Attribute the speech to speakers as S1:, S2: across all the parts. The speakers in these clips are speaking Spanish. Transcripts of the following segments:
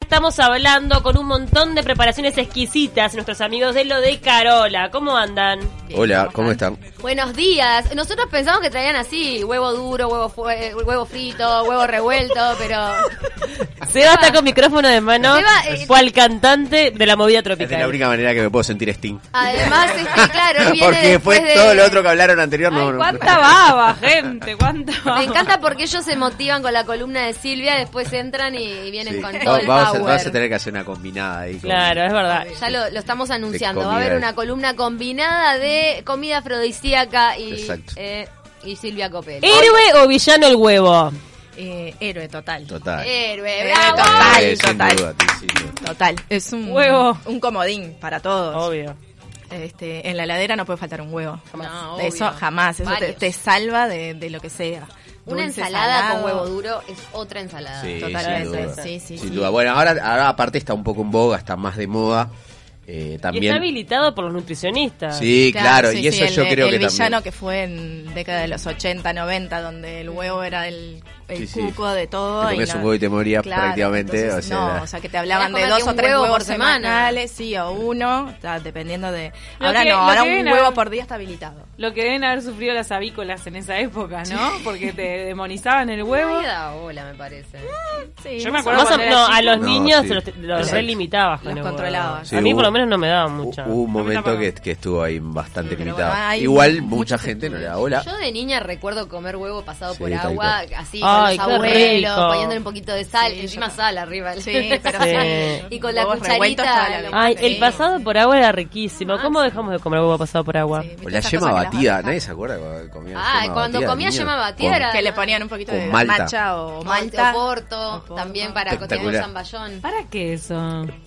S1: estamos hablando con un montón de preparaciones exquisitas, nuestros amigos de lo de Carola. ¿Cómo andan?
S2: Hola, ¿cómo están?
S3: Buenos días. Nosotros pensamos que traían así, huevo duro, huevo fu- eh, huevo frito, huevo revuelto, pero
S1: Seba está con micrófono de mano.
S3: Seba, eh,
S1: Fue al cantante de la movida
S2: Es de la
S1: tropical.
S2: única manera que me puedo sentir Sting.
S3: además, este,
S4: Ah,
S3: claro, él viene
S2: Porque fue
S3: después de-
S2: todo lo otro que hablaron anterior. no,
S5: Ay,
S2: no.
S5: cuánta baba, gente, cuánta baba.
S3: Me encanta porque ellos se motivan con la columna de Silvia, después entran y, y vienen
S2: Sí.
S3: con
S2: Va-
S3: todo el
S2: vamos, a,
S3: power.
S2: vas a tener que hacer una combinada ahí. con-
S1: Claro, es verdad.
S3: Ya lo, lo estamos anunciando.
S2: De
S3: Va a haber
S2: comida.
S3: una columna combinada de comida afrodisíaca y,
S2: Exacto.
S3: eh, y Silvia Copel.
S1: ¿Héroe o villano el huevo?
S4: Eh, héroe total.
S2: Total.
S3: Héroe,
S4: Eh,
S3: bravo.
S4: total,
S2: Eh, sin
S4: total.
S2: duda, sí, sin duda.
S4: Total. Es un
S1: Huevo.
S4: un comodín para todos.
S1: Obvio.
S4: Este, en la heladera no puede faltar un huevo.
S3: No,
S4: eso
S3: obvio.
S4: jamás. Eso te,
S3: Varios.
S4: te salva de, de lo que sea.
S3: Una
S4: Dulce,
S3: ensalada
S4: salado.
S3: con huevo duro es otra ensalada.
S2: Sí,
S4: Totalmente,
S2: sin duda.
S4: Ah, sí, sí,
S2: Sin
S4: sí.
S2: duda. Bueno, ahora, ahora aparte está un poco en boga, está más de moda. eh,
S1: Y está
S2: también.
S1: habilitado por los nutricionistas.
S2: sí, claro,
S4: sí,
S2: y eso
S4: sí, el
S2: yo
S4: de-
S2: creo
S4: el
S2: que
S4: villano
S2: también.
S4: que fue en década de los 80, 90, donde el huevo era el, el
S2: Sí, sí.
S4: cuco de todo.
S2: Te comías
S4: no-
S2: un huevo y te morías
S4: Claro,
S2: prácticamente,
S4: entonces,
S2: o sea,
S4: no,
S2: era-
S4: o sea, que te hablaban de
S3: Era
S4: dos
S3: comerte
S4: o
S3: un
S4: tres
S3: huevo
S4: huevos
S3: por semana.
S4: semanales, sí, o uno, está dependiendo de...
S5: Lo
S4: ahora
S5: que-
S4: no,
S5: lo
S4: ahora
S5: que
S4: un
S5: viene-
S4: huevo por día está habilitado.
S5: Lo que deben haber sufrido las avícolas en esa época, ¿no? Porque te demonizaban el huevo.
S3: Ay, da bola, me parece.
S4: Sí,
S5: Yo me
S4: más o
S5: acuerdo
S1: Más o-
S5: cuando era
S1: no, a
S5: chica.
S1: los
S2: No,
S1: niños
S2: sí.
S1: se los, los
S4: Sí.
S1: relimitabas. con
S4: Los
S1: el huevo.
S4: controlabas.
S2: Sí,
S1: a mí
S2: hubo-
S1: por lo menos no me daban
S2: Hu-
S1: mucha.
S2: Hubo un momento
S5: tampoco.
S2: que, que estuvo ahí bastante
S4: Pero
S2: limitado.
S4: bueno, hay
S2: Igual
S4: muchos
S2: mucha gente no le da bola.
S3: Yo de niña recuerdo comer huevo pasado
S2: Sí,
S3: por
S2: tal
S3: agua,
S2: cual.
S3: así
S1: Ay,
S3: con
S1: qué
S3: los abuelos,
S1: rico.
S3: poniéndole un poquito de sal,
S4: Sí,
S3: encima
S4: yo-
S3: sal arriba.
S4: Sí, pero
S1: Sí.
S4: sí.
S3: Y con la
S4: Huevos
S3: cucharita,
S4: revueltos toda la
S3: lo-
S4: noche.
S1: Ay, el
S4: Sí.
S1: pasado por agua era riquísimo. ¿Cómo dejamos de comer huevo pasado por agua?
S4: Sí, ¿viste
S2: O la
S4: esas
S2: yema
S4: cosas que las
S2: batida,
S4: bajan?
S2: nadie se acuerda cuando comía
S3: Ah,
S2: yema
S3: cuando
S2: batida de
S3: comía
S2: niño?
S3: yema batida
S2: Con-
S3: era-
S4: Que le ponían un poquito
S2: O
S4: de
S2: malta.
S4: matcha o
S3: Malta,
S4: malta.
S3: porto,
S4: Oporto.
S3: también para cocinar un
S2: Espectacular.
S3: zamballón.
S5: ¿Para qué eso?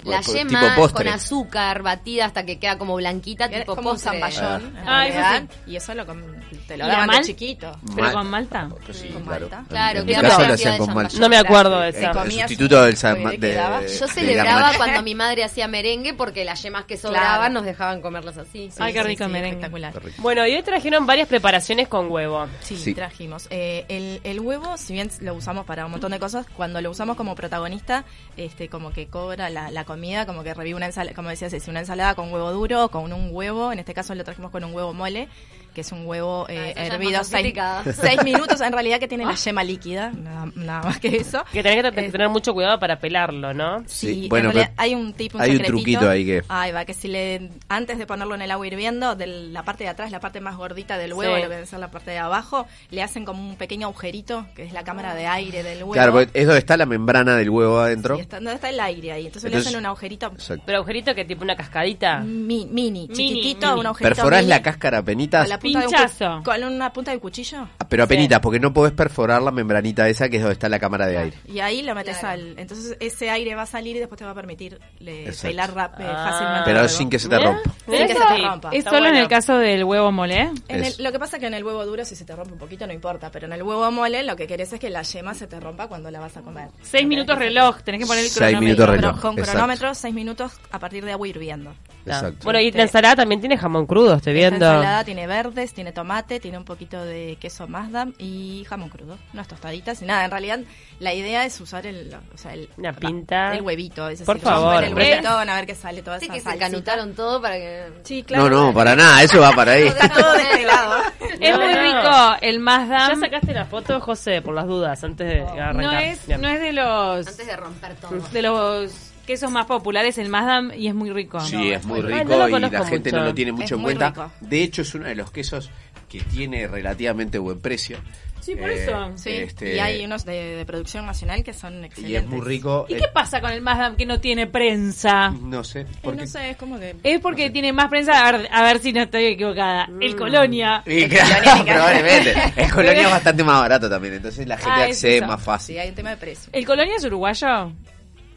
S3: La
S2: tipo
S3: yema
S2: postre.
S3: con azúcar batida hasta que queda como blanquita,
S4: Era
S3: tipo
S4: como un
S3: postre.
S4: zamballón. en
S5: Ah, eso
S4: realidad, Y eso lo com- te lo
S5: ¿Y
S4: daban
S5: la
S4: de
S5: mal?
S4: chiquito.
S5: ¿Pero
S2: Mal-
S5: con Malta?
S2: Sí,
S4: Con
S2: claro.
S4: malta.
S3: Claro,
S2: en mi
S3: que
S2: caso
S3: era
S2: lo
S3: batida
S2: hacían
S3: de
S2: con malta.
S3: zamballón.
S1: No me acuerdo de
S2: Eh,
S1: esa.
S2: el
S4: comías
S2: sustituto
S4: un
S2: del salma-
S4: bebé que
S2: de-
S4: daba.
S2: de-
S3: Yo
S2: de
S3: celebraba
S2: garnacha.
S3: cuando mi madre hacía merengue porque las yemas que sobraban nos dejaban comerlas así.
S5: Ay, qué rico merengue.
S4: Espectacular.
S2: Rico.
S1: Bueno, y hoy trajeron varias preparaciones con huevo.
S4: Sí,
S2: Sí.
S4: trajimos. Eh, el, el huevo, si bien lo usamos para un montón de cosas, cuando lo usamos como protagonista, este, como que cobra la, la comida, como que revive una ensalada, como decías, es una ensalada con huevo duro, con un huevo, en este caso lo trajimos con un huevo mole, que es un huevo
S5: Ah,
S4: eh,
S3: eso ya es
S4: hervido
S3: más
S4: seis,
S3: sofisticado.
S4: seis minutos, en realidad que tiene la yema líquida, nada, nada más que eso.
S1: Que tenés que t-
S4: Eh,
S1: tener mucho cuidado para pelarlo, ¿no?
S4: Sí,
S2: Sí,
S4: en
S2: bueno,
S4: realidad
S2: pero
S4: hay un tipo, un
S2: hay un
S4: secretito.
S2: truquito ahí que-
S4: Ahí va, que si le... Antes de ponerlo en el agua hirviendo, de la parte de atrás, la parte más gordita del huevo,
S1: Sí.
S4: lo que debe ser la parte de abajo, le hacen como un pequeño agujerito, que es la cámara de aire del huevo.
S2: Claro, porque es donde está la membrana del huevo adentro.
S4: Y está, donde está el aire ahí. Entonces, le
S2: Entonces-
S4: hacen un agujerito
S2: Exacto.
S1: Pero agujerito que tipo una cascadita.
S4: mi- mini, chiquitito,
S5: mini.
S4: un agujerito
S2: Perforás
S4: mini,
S2: la cáscara penitas,
S4: con la punta de un cu-
S5: Pinchazo.
S4: Con una punta de cuchillo.
S2: pero a penitas, porque no podés perforar la membranita esa que es donde está la cámara de aire.
S4: Y ahí lo metes
S3: Claro.
S4: al... Entonces, ese aire va a salir y después te va a permitir le,
S2: Exacto.
S4: pelar rap- eh,
S1: Ah.
S4: fácilmente. el
S2: Pero
S4: huevo.
S2: sin que se te rompa.
S4: Sin que se te rompa.
S5: ¿Es
S1: Está
S5: solo en
S1: bueno.
S5: el caso del huevo mole?
S4: En el-
S2: Es.
S4: lo que pasa es que en el huevo duro, si se te rompe un poquito, no importa. Pero en el huevo mole, lo que querés es que la yema se te rompa cuando la vas a comer.
S5: Seis minutos reloj, tenés que poner el
S2: Seis
S5: cronómetro.
S2: minutos reloj.
S4: Pero con
S2: exacto.
S4: cronómetro, seis minutos a partir de agua hirviendo.
S1: Está.
S2: Exacto.
S1: Bueno, y la ensalada también tiene jamón crudo, estoy
S4: Esta
S1: viendo.
S4: ensalada tiene verdes, tiene tomate, tiene un poquito de queso Mazda y jamón crudo. Unas tostaditas y nada. En realidad, la idea es usar el... O sea, el
S1: Una pinta.
S4: El huevito. Es
S1: Por
S4: decir, romper
S1: favor,
S4: El
S1: ¿ves?
S4: huevito, van a ver qué sale toda
S3: Viste
S4: esa
S3: que se
S4: salsita.
S3: canutaron todo para que...
S4: Sí, claro.
S2: No, no, para nada, eso va para ahí.
S4: Está todo de este lado.
S5: Es
S1: No,
S5: muy
S1: no.
S5: rico el más
S1: ¿Ya
S5: dam.
S1: sacaste la foto, José, por las dudas, antes de arrancar?
S5: No es,
S1: Bien.
S5: no es de los
S3: Antes de romper todo.
S5: de los quesos más populares el más dam y es muy rico.
S2: Sí, es muy
S1: bueno.
S5: Ah,
S2: rico
S1: Ay, no lo
S2: y la
S1: conozco
S2: gente
S1: mucho.
S2: no lo tiene mucho en
S4: muy
S2: cuenta.
S4: rico.
S2: De hecho, es uno de los quesos que tiene relativamente buen precio.
S5: Sí, por eso.
S4: Sí,
S2: este,
S4: y hay unos de, de producción nacional que son excelentes.
S2: y es muy rico.
S5: ¿Y
S2: eh,
S5: qué pasa con el más dam que no tiene prensa?
S2: No sé.
S4: Eh,
S2: Porque...
S4: no sé, es como que...
S5: Es porque tiene más prensa, a ver, a ver si no estoy equivocada. El Colonia.
S2: Y Eh, claro, probablemente. El colonia es bastante más barato también, entonces la gente
S5: Ah, es
S2: accede
S5: eso.
S2: más
S4: Sí,
S2: fácil.
S4: hay un tema de precio.
S5: ¿El Colonia es uruguayo?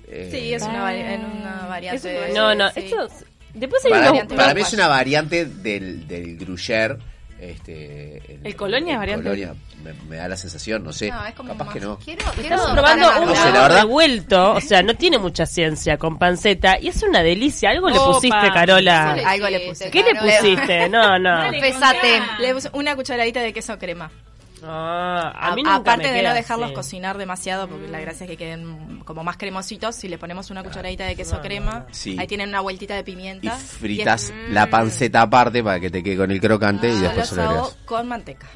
S2: Eh,
S4: Sí, es una, vari- en
S1: Ah.
S4: una
S5: Ah. Eso
S4: variante.
S5: es-
S1: No, no,
S4: sí.
S1: esto... Después hay
S2: para,
S1: unos-
S4: variante
S2: para mí
S4: uruguaya.
S2: es una variante del, del gruyère. Este,
S5: ¿El Colonia es variante?
S2: Colonia, me, me da la sensación, no sé.
S4: No, es como
S2: Capaz
S4: más-
S2: que no.
S3: Quiero, quiero
S1: Estamos probando
S3: para
S1: un
S2: No sé, la
S1: huevo
S2: verdad.
S1: revuelto, o sea, no tiene mucha ciencia, con panceta, y es una delicia. Algo le
S5: Opa.
S1: pusiste,
S3: Eso
S1: Carola.
S4: Ah, Algo le
S3: hiciste,
S4: puse.
S1: ¿Qué le
S3: Carola.
S1: pusiste? No, no.
S4: Ah.
S3: Pesate.
S4: Le puse una cucharadita de queso crema.
S1: Ah, a mí
S4: A-
S1: nunca
S4: aparte
S1: me
S4: de
S1: queda
S4: no dejarlos
S1: así.
S4: cocinar demasiado, porque la gracia es que queden como más cremositos, si le ponemos una cucharadita de queso crema,
S2: Sí.
S4: ahí tienen una vueltita de
S2: Y
S4: pimienta.
S2: fritas la panceta aparte para que te quede con el crocante y
S4: y es-
S2: después
S4: los
S2: se lo
S4: hago
S2: agregas.
S4: con manteca.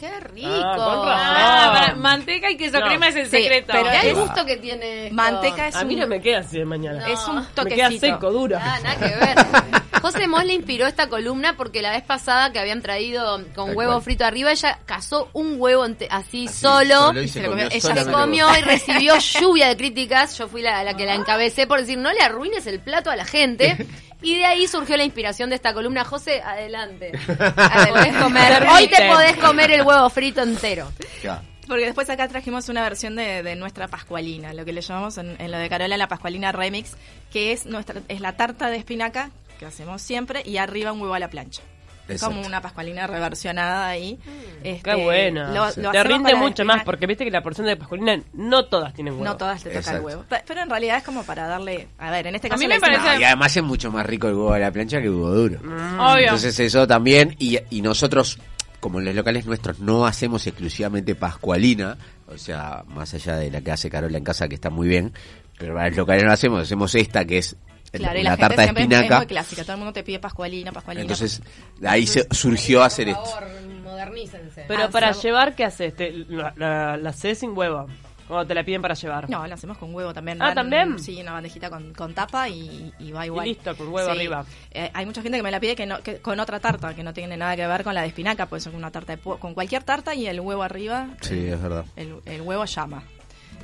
S3: ¡Qué rico!
S1: con razón.
S5: Ah,
S1: No.
S5: para- manteca y queso
S1: No.
S5: crema es el
S4: Sí,
S5: secreto.
S4: pero
S3: Mirá el
S2: es-
S3: gusto que tiene. esto.
S4: Manteca es
S1: A mí
S4: un-
S1: no me queda así de mañana.
S3: No.
S4: es un
S1: me queda
S4: toquecito.
S1: seco, duro.
S3: Ah, nada que ver. José Mosle inspiró esta columna porque la vez pasada que habían traído con
S2: Tal
S3: huevo
S2: cual.
S3: frito arriba, ella cazó un huevo ente- así, solo.
S2: Solo y
S4: se
S2: se
S4: lo
S2: comió
S4: comió-
S3: Se
S4: ella Solamente
S2: solamente
S3: comió
S2: vos.
S3: y recibió lluvia de críticas. Yo fui la, la que la encabecé por decir, no le arruines el plato a la gente. Y de ahí surgió la inspiración de esta columna. José, adelante. Podés comer. Hoy te
S1: Permite.
S3: podés comer el huevo frito entero.
S2: Claro.
S4: Porque después acá trajimos una versión de, de nuestra pascualina, lo que le llamamos en, en lo de Carola la pascualina remix, que es nuestra es la tarta de espinaca que hacemos siempre y arriba un huevo a la plancha. Es
S2: Exacto.
S4: Como una pascualina reversionada ahí.
S1: Mm. Qué
S4: Este,
S1: buena.
S4: lo- lo
S1: te
S4: hacemos
S1: rinde
S4: con la
S1: mucho más
S4: espinaca.
S1: porque viste que la porción de pasculina no todas tienen huevo.
S4: No todas te tocan
S2: Exacto.
S4: huevo. Pe- Pero en realidad es como para darle. A ver, en este
S5: A
S4: caso.
S5: mí
S4: le
S5: me
S4: hicimos-
S5: parece-
S2: No, y además es mucho más rico el huevo de la plancha que el huevo duro.
S5: Obvio.
S2: Mm, Entonces eso también, y, y nosotros, como en los locales nuestros, no hacemos exclusivamente pascualina, o sea, más allá de la que hace Carola en casa, que está muy bien, pero para los locales no hacemos, hacemos esta que es el-
S4: Claro, y
S2: la,
S4: la,
S2: tarta
S4: gente
S2: de
S4: siempre es- es muy
S2: espinaca.
S4: clásica. Todo el mundo te pide pascualina, pascualina.
S2: Entonces, ahí se surgió hacer
S3: Por
S2: esto.
S3: favor, modernícense.
S1: Pero
S4: Ah,
S1: para
S4: sí.
S1: llevar, ¿qué haces? Te- la, la, la haces sin huevo. Cuando te la piden para llevar.
S4: No, lo hacemos con huevo también.
S1: Ah, ¿también?
S4: Sí, una bandejita con, con tapa y, y va igual.
S1: listo, con huevo arriba.
S4: Eh, hay mucha gente que me la pide que no, que- con otra tarta, que no tiene nada que ver con la de espinaca, puede ser con una tarta de pu- con cualquier tarta y el huevo arriba.
S2: Sí, es verdad.
S4: El, el huevo llama.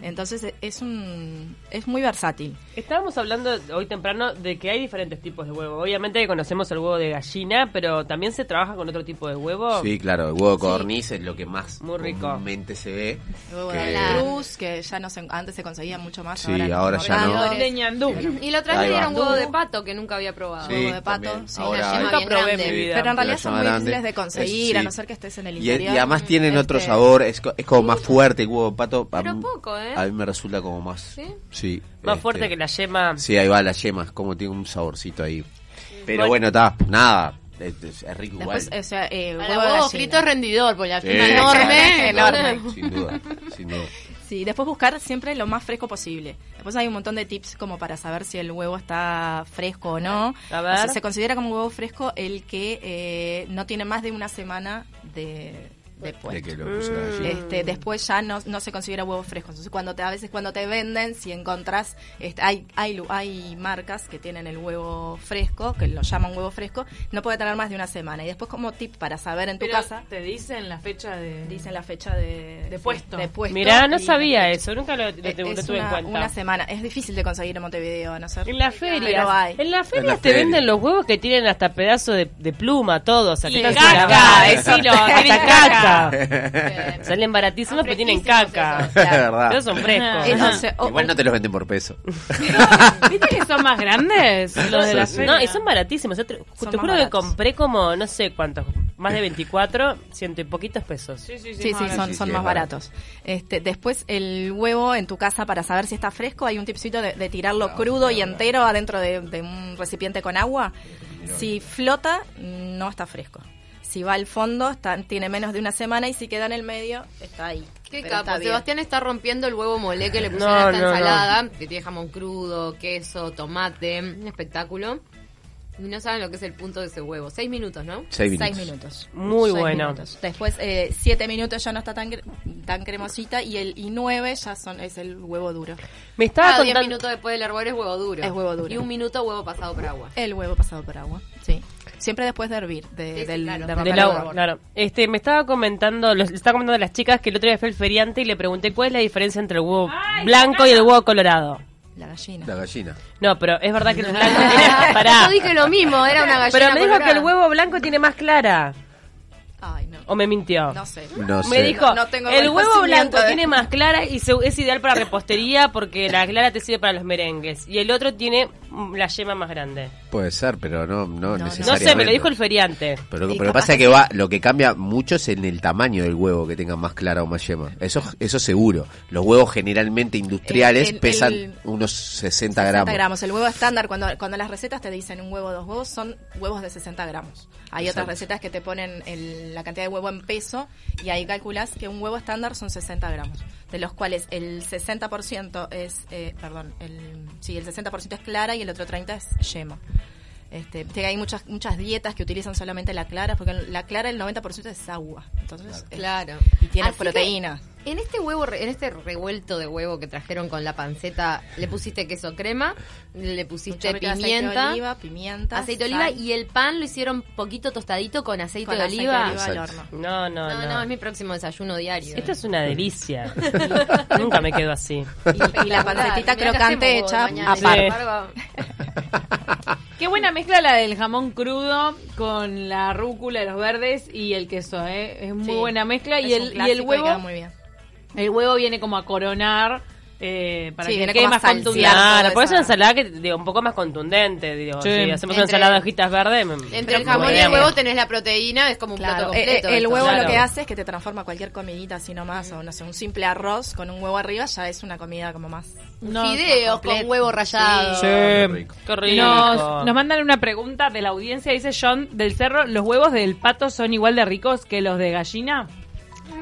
S4: Entonces eh, es un es muy versátil.
S1: Estábamos hablando hoy temprano de que hay diferentes tipos de huevo. Obviamente que conocemos el huevo de gallina, pero también se trabaja con otro tipo de huevo.
S2: Sí, claro, el huevo codorniz es lo que más
S1: Muy rico.
S2: comúnmente se ve. Eh,
S4: El huevo
S2: que-
S4: de la cruz, que ya no se, antes se conseguía mucho más.
S2: Sí, ahora ya no.
S4: ahora-
S5: De ñandú.
S3: Y la otra vez
S2: Ahí
S3: me
S2: va.
S3: dieron huevo de pato que nunca había probado.
S2: Sí,
S4: huevo de pato,
S2: también.
S4: sí,
S2: Ahora
S3: la yema
S2: es-
S1: Nunca
S3: bien
S1: probé en
S3: grande.
S1: mi vida.
S4: Pero en realidad
S2: Pero
S4: son
S2: son
S4: muy
S2: grandes.
S4: difíciles de conseguir,
S2: Es- sí.
S4: a no ser que estés en el
S2: Y,
S4: interior.
S2: y
S1: Mm,
S2: además tienen
S4: Este,
S2: otro sabor, es, co- es como más fuerte el huevo de pato. A
S3: Pero
S2: mí-
S3: poco, ¿eh?
S2: A mí me resulta como más. Sí.
S1: Más
S2: este,
S1: fuerte que la yema.
S2: Sí, ahí va la yema, es como tiene un saborcito ahí. Pero
S1: Bueno.
S2: bueno, está, nada, es, es- es rico igual.
S4: Después, eh, o sea, eh,
S3: Para
S4: huevo de
S3: huevo
S4: gallina.
S3: frito es rendidor, porque la
S2: Sí,
S3: yema
S2: claro,
S3: enorme,
S4: claro.
S3: enorme.
S2: Sin duda, sin duda.
S4: Sí, después buscar siempre lo más fresco posible. Después hay un montón de tips como para saber si el huevo está fresco o no.
S1: A ver.
S4: O sea, se considera como huevo fresco el que eh, no tiene más de una semana de, de puesto.
S2: De que lo puso la
S5: Mm.
S1: Eh,
S2: gallina.
S4: Este, después ya no, no se considera huevo fresco. Entonces, cuando te, a veces cuando te venden, si encontrás, este, hay, hay, lu- hay marcas que tienen el huevo fresco, que lo llaman huevo fresco, no puede tener más de una semana. Y después como tip para saber en tu
S5: Pero
S4: casa,
S5: Te dicen la fecha de.
S4: dicen la fecha de,
S5: De puesto.
S4: de puesto
S1: Mirá, no
S4: y- Eh,
S1: sabía eso, nunca lo, lo te- lo
S4: es
S1: tuve
S4: una,
S1: en cuenta.
S4: una semana. Es difícil de conseguir en Montevideo, a no ser.
S1: En la
S4: Pero
S1: feria.
S4: hay.
S1: En la feria
S2: la
S1: te
S2: feria.
S1: venden los huevos que tienen hasta pedazo de, de pluma, todo. O sea, que
S5: Y
S1: están
S5: caca,
S1: censurados.
S5: decilo, tienen
S1: hasta
S5: caca.
S1: caca. Salen baratísimos, pero tienen
S3: fresquísimos
S1: caca.
S3: esos.
S2: Es verdad.
S1: Pero son frescos.
S4: Entonces, o-
S2: Igual no te los venden por peso.
S5: ¿Viste que son más grandes los de la
S2: Sí,
S5: feria?
S1: No, y son baratísimos. Yo te,
S4: Son
S1: te
S4: más
S1: juro que
S4: baratos.
S1: compré como, no sé cuántos, más de 24, ciento y poquitos pesos.
S5: Sí, Ah, sí, sí.
S4: Sí,
S5: más
S4: sí,
S5: grandes.
S4: son,
S2: sí,
S4: son
S2: sí,
S4: más
S2: es
S4: baratos. Este, después, el huevo en tu casa para saber si está fresco, hay un tipcito de, de tirarlo crudo y entero adentro de, de un recipiente con agua. Si flota, no está fresco. Si va al fondo, está, tiene menos de una semana y si queda en el medio, está ahí.
S3: Qué
S4: Pero
S3: capo.
S4: está bien.
S3: Sebastián está rompiendo el huevo mole que le
S1: No,
S3: pusieron a
S1: no,
S3: esta
S1: no.
S3: ensalada, que tiene jamón crudo, queso, tomate, un espectáculo. Y no saben lo que es el punto de ese huevo. Seis minutos, ¿no?
S2: Seis minutos.
S4: Seis minutos.
S1: Muy
S4: Seis
S1: bueno.
S4: minutos. Después, eh, siete minutos ya no está tan, cre- tan cremosita y el y nueve ya son es el huevo duro.
S1: Me estaba
S3: Cada Ah, diez
S1: contando.
S3: minutos después del hervor es huevo duro.
S4: Es huevo duro.
S3: Y un minuto huevo pasado por agua.
S4: El huevo pasado por agua, sí. Siempre después de hervir, de,
S3: Sí, sí,
S4: del
S3: claro.
S4: de
S1: Del
S4: romper el
S1: agua,
S4: hervor.
S1: claro. Este, me estaba comentando, los- le estaba comentando a las chicas que el otro día fue el feriante y le pregunté cuál es la diferencia entre el huevo blanco y el huevo colorado.
S4: La
S2: La
S4: gallina.
S2: gallina.
S1: No, pero es verdad que el blanco tiene. Pará.
S3: Yo dije lo mismo, era una gallina.
S1: Pero me dijo que
S3: colorada.
S1: el huevo blanco tiene más clara.
S4: Ay, no.
S1: ¿O me mintió?
S4: No sé.
S2: Oh. No sé.
S1: Me dijo,
S4: No, no tengo
S1: el huevo
S4: conocimiento
S1: blanco
S4: de-
S1: tiene más clara y se- es ideal para repostería porque la clara te sirve para los merengues. Y el otro tiene mm, la yema más grande.
S2: Puede ser, pero no, no,
S4: no.
S1: No
S2: necesariamente.
S1: sé, me lo dijo el feriante.
S2: Pero
S4: Y
S2: lo que
S4: capaz
S2: pasa es
S4: que
S2: que va, lo que cambia mucho es en el tamaño del huevo que tenga más clara o más yema. Eso, eso seguro. Los huevos generalmente industriales
S4: El- el-
S2: pesan
S4: el-
S2: unos 60
S4: 60
S2: gramos.
S4: gramos. El huevo estándar, cuando, cuando las recetas te dicen un huevo, dos huevos, son huevos de 60 gramos. Hay otras recetas que te ponen el, el- la cantidad de huevo en peso y ahí calculas que un huevo estándar son 60 gramos, de los cuales el 60% es, eh, perdón, el, sí, el 60% es clara y el otro 30% es yema. Este, viste que hay muchas muchas dietas que utilizan solamente la clara, porque la clara el 90% es agua. Entonces, eh,
S3: Claro.
S4: Y tiene
S3: Así que,
S4: proteína.
S3: En este huevo, re- en este revuelto de huevo que trajeron con la panceta, le pusiste queso crema, le
S4: Un
S3: pusiste
S4: chorrito de aceite de
S3: pimienta,
S4: oliva, pimienta,
S3: aceite de
S4: sal,
S3: oliva y el pan lo hicieron poquito tostadito con aceite,
S4: con
S3: de,
S4: aceite
S3: oliva.
S4: de oliva al
S2: Exacto.
S4: horno.
S1: No, no,
S3: No,
S1: no.
S3: no, es mi próximo desayuno diario.
S1: Esto es
S2: Mm.
S1: una delicia. Nunca me quedo así.
S4: Y, y la pancetita
S3: Mirá,
S4: crocante
S3: ¿qué hacemos
S4: hecha
S3: vos mañana?
S4: aparte.
S1: Sí.
S5: Qué buena mezcla la del jamón crudo con la rúcula, los verdes y el queso, ¿eh? Es muy
S4: Sí.
S5: buena mezcla. Y
S4: Es un
S5: el, y
S4: clásico
S5: el huevo
S4: queda muy bien.
S5: el huevo viene como a coronar eh, para
S4: Sí,
S5: que
S4: viene
S5: quede
S4: como a
S5: más
S4: salsear.
S5: contundente.
S4: toda
S1: Claro, porque es una
S4: esa-
S1: ensalada que digo, un poco más contundente. Digo,
S5: Sí.
S1: si hacemos una
S3: Entre-
S1: ensalada de hojitas verdes. me-
S3: Entre el
S1: me
S3: jamón y el
S1: moríamos.
S3: huevo tenés la proteína, es como un plato
S4: Claro,
S3: completo.
S4: eh, eh, el
S3: esto.
S4: huevo
S1: Claro.
S4: lo que hace es que te transforma cualquier comidita así nomás, o no sé, un simple arroz con un huevo arriba ya es una comida como más.
S5: No,
S3: Fideos con
S4: completo.
S3: huevo rallado.
S1: Qué rico.
S5: Nos, nos mandan una pregunta de la audiencia, dice John del Cerro, ¿los huevos del pato son igual de ricos que los de gallina?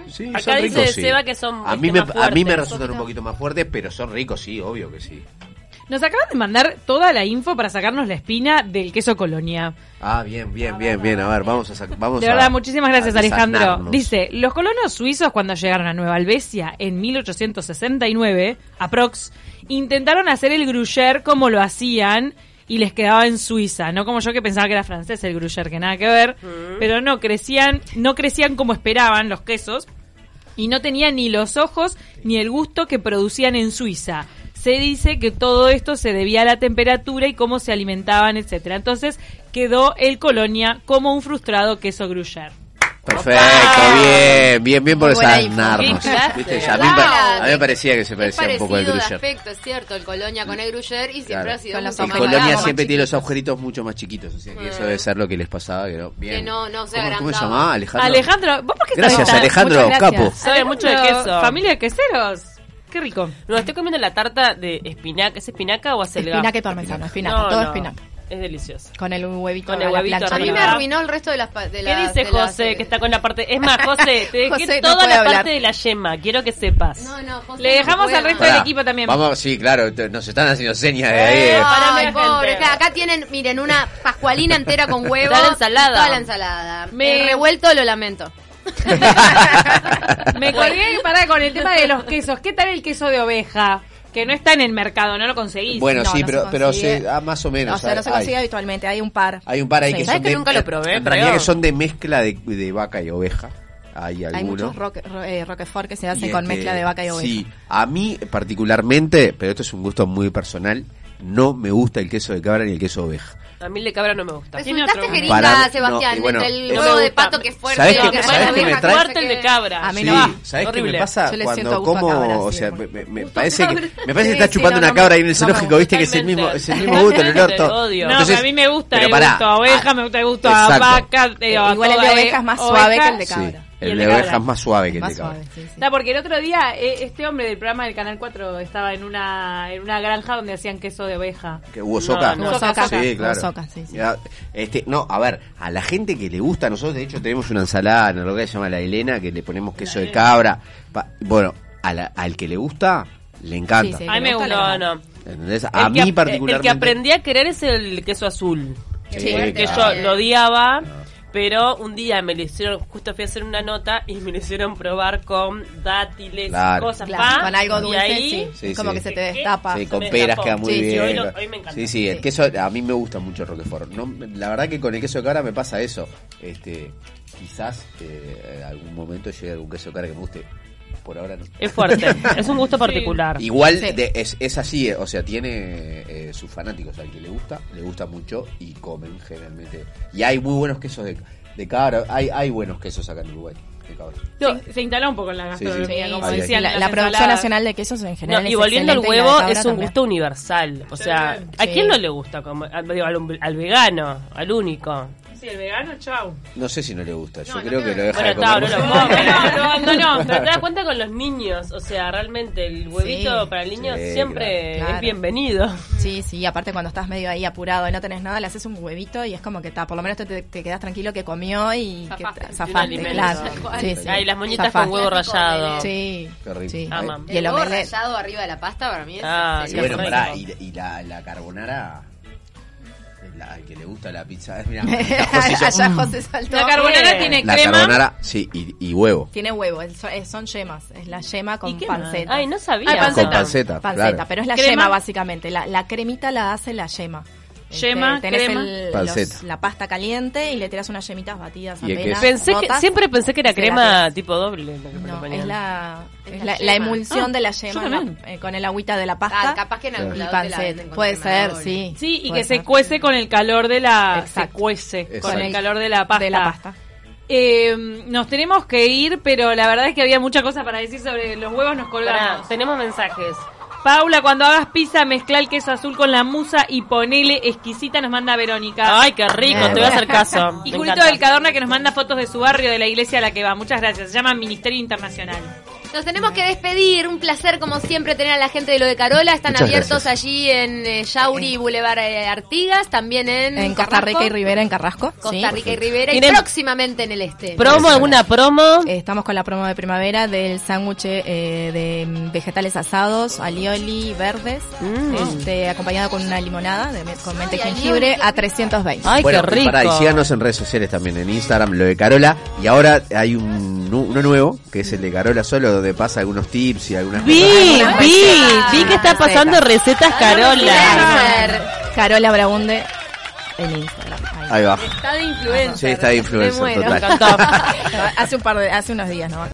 S2: Sí,
S1: Acá
S2: son
S1: dice
S2: ricos, sí.
S1: Seba que son,
S2: a
S1: este,
S2: mí me,
S1: más
S2: a mí me
S1: fuertes.
S2: resultan un poquito más fuertes, pero son ricos, sí, obvio que sí.
S5: Nos acaban de mandar toda la info para sacarnos la espina del queso colonia.
S2: Ah, bien, bien, bien, bien. A ver, vamos a sac- vamos
S5: De
S2: a-
S5: verdad, muchísimas gracias,
S2: a
S5: Alejandro.
S2: desasnarnos.
S5: Dice, los colonos suizos cuando llegaron a Nueva Albesia en 1869, aprox, intentaron hacer el gruyère como lo hacían y les quedaba en Suiza, no como yo que pensaba que era francés el gruyère, que nada que ver, pero no crecían, no crecían como esperaban los quesos y no tenían ni los ojos ni el gusto que producían en Suiza. Se dice que todo esto se debía a la temperatura y cómo se alimentaban, etcétera. Entonces quedó el Colonia como un frustrado queso gruyère.
S2: Perfecto, bien, bien, bien por
S3: Muy buena info.
S2: desasnarnos.
S1: Qué clase.
S2: Viste, ya, A, mí, me pa-
S3: Wow.
S2: a mí me parecía que se
S3: Es
S2: parecía un poco al
S3: parecido de
S2: Gruyère.
S3: aspecto, es cierto, el colonia con el gruyere y siempre
S2: Claro.
S3: ha sido
S4: Con los
S3: mucho
S2: El
S4: ojos
S3: más
S2: Colonia
S3: barato.
S2: siempre tiene los agujeritos mucho más chiquitos, o sea, que eso debe ser lo que les pasaba. Que no, bien.
S3: Que no- no
S2: ¿Cómo, ¿Cómo
S3: se
S2: se
S3: agrandaba.
S2: llamaba? Alejandro.
S5: Alejandro, ¿vos por qué
S2: Gracias,
S5: estás-
S2: Alejandro,
S5: Muchas gracias.
S2: capo.
S1: Sabe mucho de
S5: Alejandro,
S1: queso.
S5: Familia de queseros. Qué rico.
S1: No, estoy comiendo la tarta de espinaca. ¿Es espinaca o acelga?
S4: Espinaca y parmesano, espinaca,
S1: No,
S4: todo
S1: no.
S4: espinaca.
S1: Es delicioso.
S4: Con el huevito,
S1: Con el
S4: a la
S1: huevito
S4: plancha.
S3: A mí me
S1: arriba.
S3: arruinó el resto de las... pa- De
S1: ¿Qué
S3: las-
S1: dice
S3: de las-
S1: José que está con la parte? Es más, José, te dejé
S4: José no
S1: toda
S4: puede
S1: la
S4: hablar.
S1: parte de la yema. Quiero que sepas.
S3: No, no, José,
S5: Le dejamos
S3: no puede
S5: al resto
S2: Pará,
S5: del equipo también.
S2: Vamos, sí, claro, te- nos están haciendo señas de ahí.
S1: Eh, para
S3: Ay,
S1: la
S3: pobre.
S1: gente.
S3: Acá tienen, miren, una pascualina entera con huevo.
S1: Toda la ensalada.
S3: Toda la ensalada.
S5: Me-
S3: El revuelto lo lamento.
S5: Me colgué para con el tema de los quesos. ¿Qué tal el queso de oveja? Que no está en el mercado, no lo conseguís.
S2: Bueno,
S4: No,
S2: sí,
S4: no se
S2: pero, pero
S4: consigue.
S2: se- ah, más o menos.
S4: O sea, no se
S2: hay-
S4: consigue
S2: hay.
S4: habitualmente, hay un par.
S2: Hay un par ahí
S4: Sí.
S2: que
S1: ¿Sabes
S2: son
S1: que
S2: de,
S1: nunca lo probé,
S2: En realidad
S1: creo?
S2: que son de mezcla de, de vaca y oveja. Hay
S4: Hay
S2: algunos.
S4: muchos roque- ro- eh, roquefort que se
S2: Y
S4: hacen
S2: este,
S4: con mezcla de vaca y oveja.
S2: Sí, a mí particularmente, pero esto es un gusto muy personal, no me gusta el queso de cabra ni el queso de oveja.
S1: A mí el de cabra no me gusta.
S5: Tiene
S3: Resultaste
S5: otro-
S3: gringa,
S2: Para- no,
S3: Sebastián.
S2: y bueno,
S3: entre el
S2: es-
S3: huevo
S1: me
S3: de
S1: gusta.
S3: pato que es fuerte.
S2: ¿Sabés
S3: y
S2: qué-
S1: No,
S3: el que
S1: me
S2: sabés
S3: parece
S1: parece
S2: qué
S3: oveja,
S2: me trae?
S1: fuerte el de
S3: que-
S1: cabra.
S4: A mí
S1: Sí.
S4: no va.
S2: ¿Sabes qué me
S1: Horrible.
S2: pasa?
S4: Yo le siento
S2: Cuando
S4: gusto a
S2: como,
S4: cabra,
S2: o
S4: sí,
S2: sea, me,
S4: bueno.
S2: me- me parece que, me parece que
S4: Sí,
S2: estás
S4: sí,
S2: chupando
S4: no,
S2: una
S4: no me-
S2: cabra ahí en el
S4: no
S2: zoológico,
S4: me
S2: viste que es el mismo,
S1: Totalmente.
S2: es el mismo gusto, el olor,
S1: Totalmente,
S2: todo.
S1: odio.
S5: No,
S1: Entonces-
S5: pero a mí me gusta
S2: pero
S5: el
S2: pará. Ah,
S5: gusto a oveja, me gusta el gusto a
S2: Exacto.
S5: vaca. eh, a
S4: Igual el de
S5: toda,
S4: oveja
S5: eh,
S4: es más suave que el de
S2: Sí,
S4: cabra.
S5: Y
S2: el
S5: el
S2: de
S5: de
S2: oveja
S5: cabra.
S2: es más suave que el
S4: Más
S2: de cabra.
S4: suave, sí, sí.
S5: No, porque el otro día eh, este hombre del programa del Canal 4 estaba en una, en una granja donde hacían queso de oveja.
S2: Que hubo soca.
S1: no,
S4: Hubo soca, soca.
S2: Sí,
S4: Hubo
S2: claro.
S4: soca, sí, sí.
S2: Ya, Este, no, a ver, a la gente que le gusta, nosotros de hecho tenemos una ensalada, en lo que se llama la Elena, que le ponemos queso de cabra. Pa- bueno, a la- al que le gusta, le encanta.
S4: Sí, sí.
S1: A mí me gusta. No, no.
S2: ¿Entendés?
S1: El
S2: A
S1: que-
S2: mí particularmente.
S1: El que aprendí a querer es el queso azul.
S2: Sí,
S1: que
S2: claro.
S1: yo lo odiaba,
S2: Ah.
S1: pero un día me lo hicieron, justo fui a hacer una nota y me lo hicieron probar con dátiles y
S2: Claro.
S1: cosas.
S4: Claro,
S1: pa,
S4: con algo
S1: y
S4: dulce,
S1: ahí-
S4: sí.
S2: Sí,
S4: Como
S2: sí.
S4: que se te destapa.
S2: Sí,
S1: Se
S2: con
S1: me
S2: peras
S1: escapó.
S2: queda muy
S1: Sí, sí,
S2: bien.
S1: hoy lo- hoy me encanta.
S2: Sí, sí, el queso, a mí me gusta mucho el roquefort. No, la verdad que con el queso de cabra me pasa eso. Este, quizás eh, en algún momento llegue algún queso de cabra que me guste. Por ahora no.
S1: Es fuerte, es un gusto particular.
S2: Igual
S4: Sí.
S2: de- es, es así, eh, o sea, tiene eh, sus fanáticos. Al que le gusta, le gusta mucho y comen generalmente. Y hay muy buenos quesos de, de cabra. Hay, hay buenos quesos acá en Uruguay de cabra.
S5: Se, se instaló un poco en la
S2: Sí, sí.
S5: gastronomía,
S2: Sí,
S5: como
S2: sí.
S5: decían.
S4: La,
S5: las
S4: la producción
S5: ensaladas.
S4: nacional de quesos en
S1: No,
S4: general.
S1: y
S4: es
S1: volviendo al
S4: excelente, y la de
S1: huevo,
S4: cabra
S1: es un
S4: también.
S1: gusto universal. O sea, ¿a
S4: Sí.
S1: Ah, quién no le gusta? comer? Al, digo, al, al vegano, al único.
S5: sí, el vegano, chau.
S2: No sé si no le gusta. Yo
S4: No, no
S2: creo
S4: creo.
S2: que lo deja
S1: Bueno,
S2: de
S1: está,
S2: comer.
S1: no lo
S2: porque-
S1: come, no, lo abandonó. Pero te das cuenta con los niños, o sea, realmente el huevito
S4: Sí,
S1: para el niño
S2: sí,
S1: siempre
S4: claro.
S1: es bienvenido.
S4: Sí, sí, aparte cuando estás medio ahí apurado y no tenés nada, le haces un huevito y es como que está, por lo menos te, te, te quedas tranquilo que comió y
S3: Zafaste.
S4: que
S3: De
S4: te-
S3: un
S4: zafaste,
S1: alimento.
S4: claro.
S3: Tal cual.
S4: Sí, sí.
S1: Ah, y las moñitas
S4: Zafaste.
S1: con huevo rallado.
S4: Sí,
S2: Qué rico.
S4: sí.
S1: Aman.
S4: Y el
S3: huevo
S4: omelette.
S3: rallado arriba de la pasta para mí es
S1: Ah,
S2: Y
S1: sí,
S2: bueno,
S1: rico.
S2: pará, y, y la, la carbonara. La que le gusta la pizza. Mira, José hizo-
S4: Allá José saltó.
S5: La carbonara tiene
S2: la
S5: crema.
S2: carbonara, sí, y, y huevo.
S4: Tiene huevo, es- son- son yemas, es la yema
S1: ¿Y
S4: con
S1: qué más?
S4: panceta.
S1: Ay, no sabía.
S5: Ay, panceta.
S2: Con panceta,
S4: Panceta,
S2: claro.
S4: pero es la
S5: Crema.
S4: yema básicamente. La, la cremita la hace la yema. Este,
S5: Yema,
S4: tenés
S5: crema.
S4: el-
S2: Panceta.
S4: los- la pasta caliente y le tiras unas yemitas batidas
S2: Y el
S4: apenas.
S2: queso.
S1: Pensé que,
S4: rotas.
S1: siempre pensé que era
S4: Se la
S1: crema
S4: tirás.
S1: tipo doble. lo que me
S4: No,
S1: ponían.
S4: es la,
S3: Es
S4: es
S3: la
S4: la,
S3: yema.
S4: la emulsión
S5: Ah,
S4: de la
S5: yo
S4: yema
S5: también.
S4: la- eh, con el agüita de la pasta
S3: Ah, capaz que en algún
S4: y
S3: lado te la
S4: panceta.
S3: venden con
S4: Puede ser,
S3: quemador.
S4: sí.
S5: Sí, y
S4: Puede
S5: que se
S4: ser.
S5: cuece con el calor de la...
S4: Exacto.
S5: Se cuece con
S2: Exacto.
S5: el calor de la pasta.
S4: De la pasta.
S5: Eh, nos tenemos que ir, pero la verdad es que había mucha cosa para decir sobre los huevos, nos
S1: Pará,
S5: colgamos.
S1: tenemos mensajes.
S5: Paula, cuando hagas pizza, mezcla el queso azul con la musa y ponele exquisita, nos manda Verónica.
S1: Ay, qué rico, te voy a hacer caso.
S5: y
S1: Me
S5: Julito
S1: encanta.
S5: del Cadorna que nos manda fotos de su barrio, de la iglesia a la que va. Muchas gracias. Se llama Ministerio Internacional.
S3: Nos tenemos que despedir. Un placer, como siempre, tener a la gente de lo de Carola. Están
S2: Muchas
S3: abiertos
S2: gracias.
S3: allí en eh, Yauri y Boulevard eh, Artigas. También en,
S4: En Costa
S3: Carrasco.
S4: Rica y Rivera, en Carrasco. sí.
S3: Costa Rica y Rivera. Y
S1: Tienen-
S3: próximamente en el este.
S1: ¿Promo? ¿Alguna promo?
S4: Eh, Estamos con la promo de primavera del sándwich eh, de mm, vegetales asados, alioli verdes,
S1: Mm.
S4: este, acompañado con una limonada de, me- con mente y
S3: Ay,
S4: jengibre
S3: alioli,
S4: a 320.
S1: Ay,
S2: bueno,
S1: qué
S2: y
S1: rico.
S2: pará, y síganos en redes sociales también, en Instagram, lo de Carola. Y ahora hay un, nu- uno nuevo, que es el de Carola solo, donde pasa algunos tips y algunas
S1: Vi,
S4: Algunas
S1: vi,
S4: recetas.
S1: vi que está pasando recetas Carola.
S3: Influencer.
S4: Carola Braunde en Instagram. Ahí.
S2: Ahí va.
S3: Está de influencer.
S2: Sí, está de
S3: Me
S2: influencer,
S3: muero.
S2: total.
S1: Me encantó.
S4: hace un par de, hace unos días, ¿no?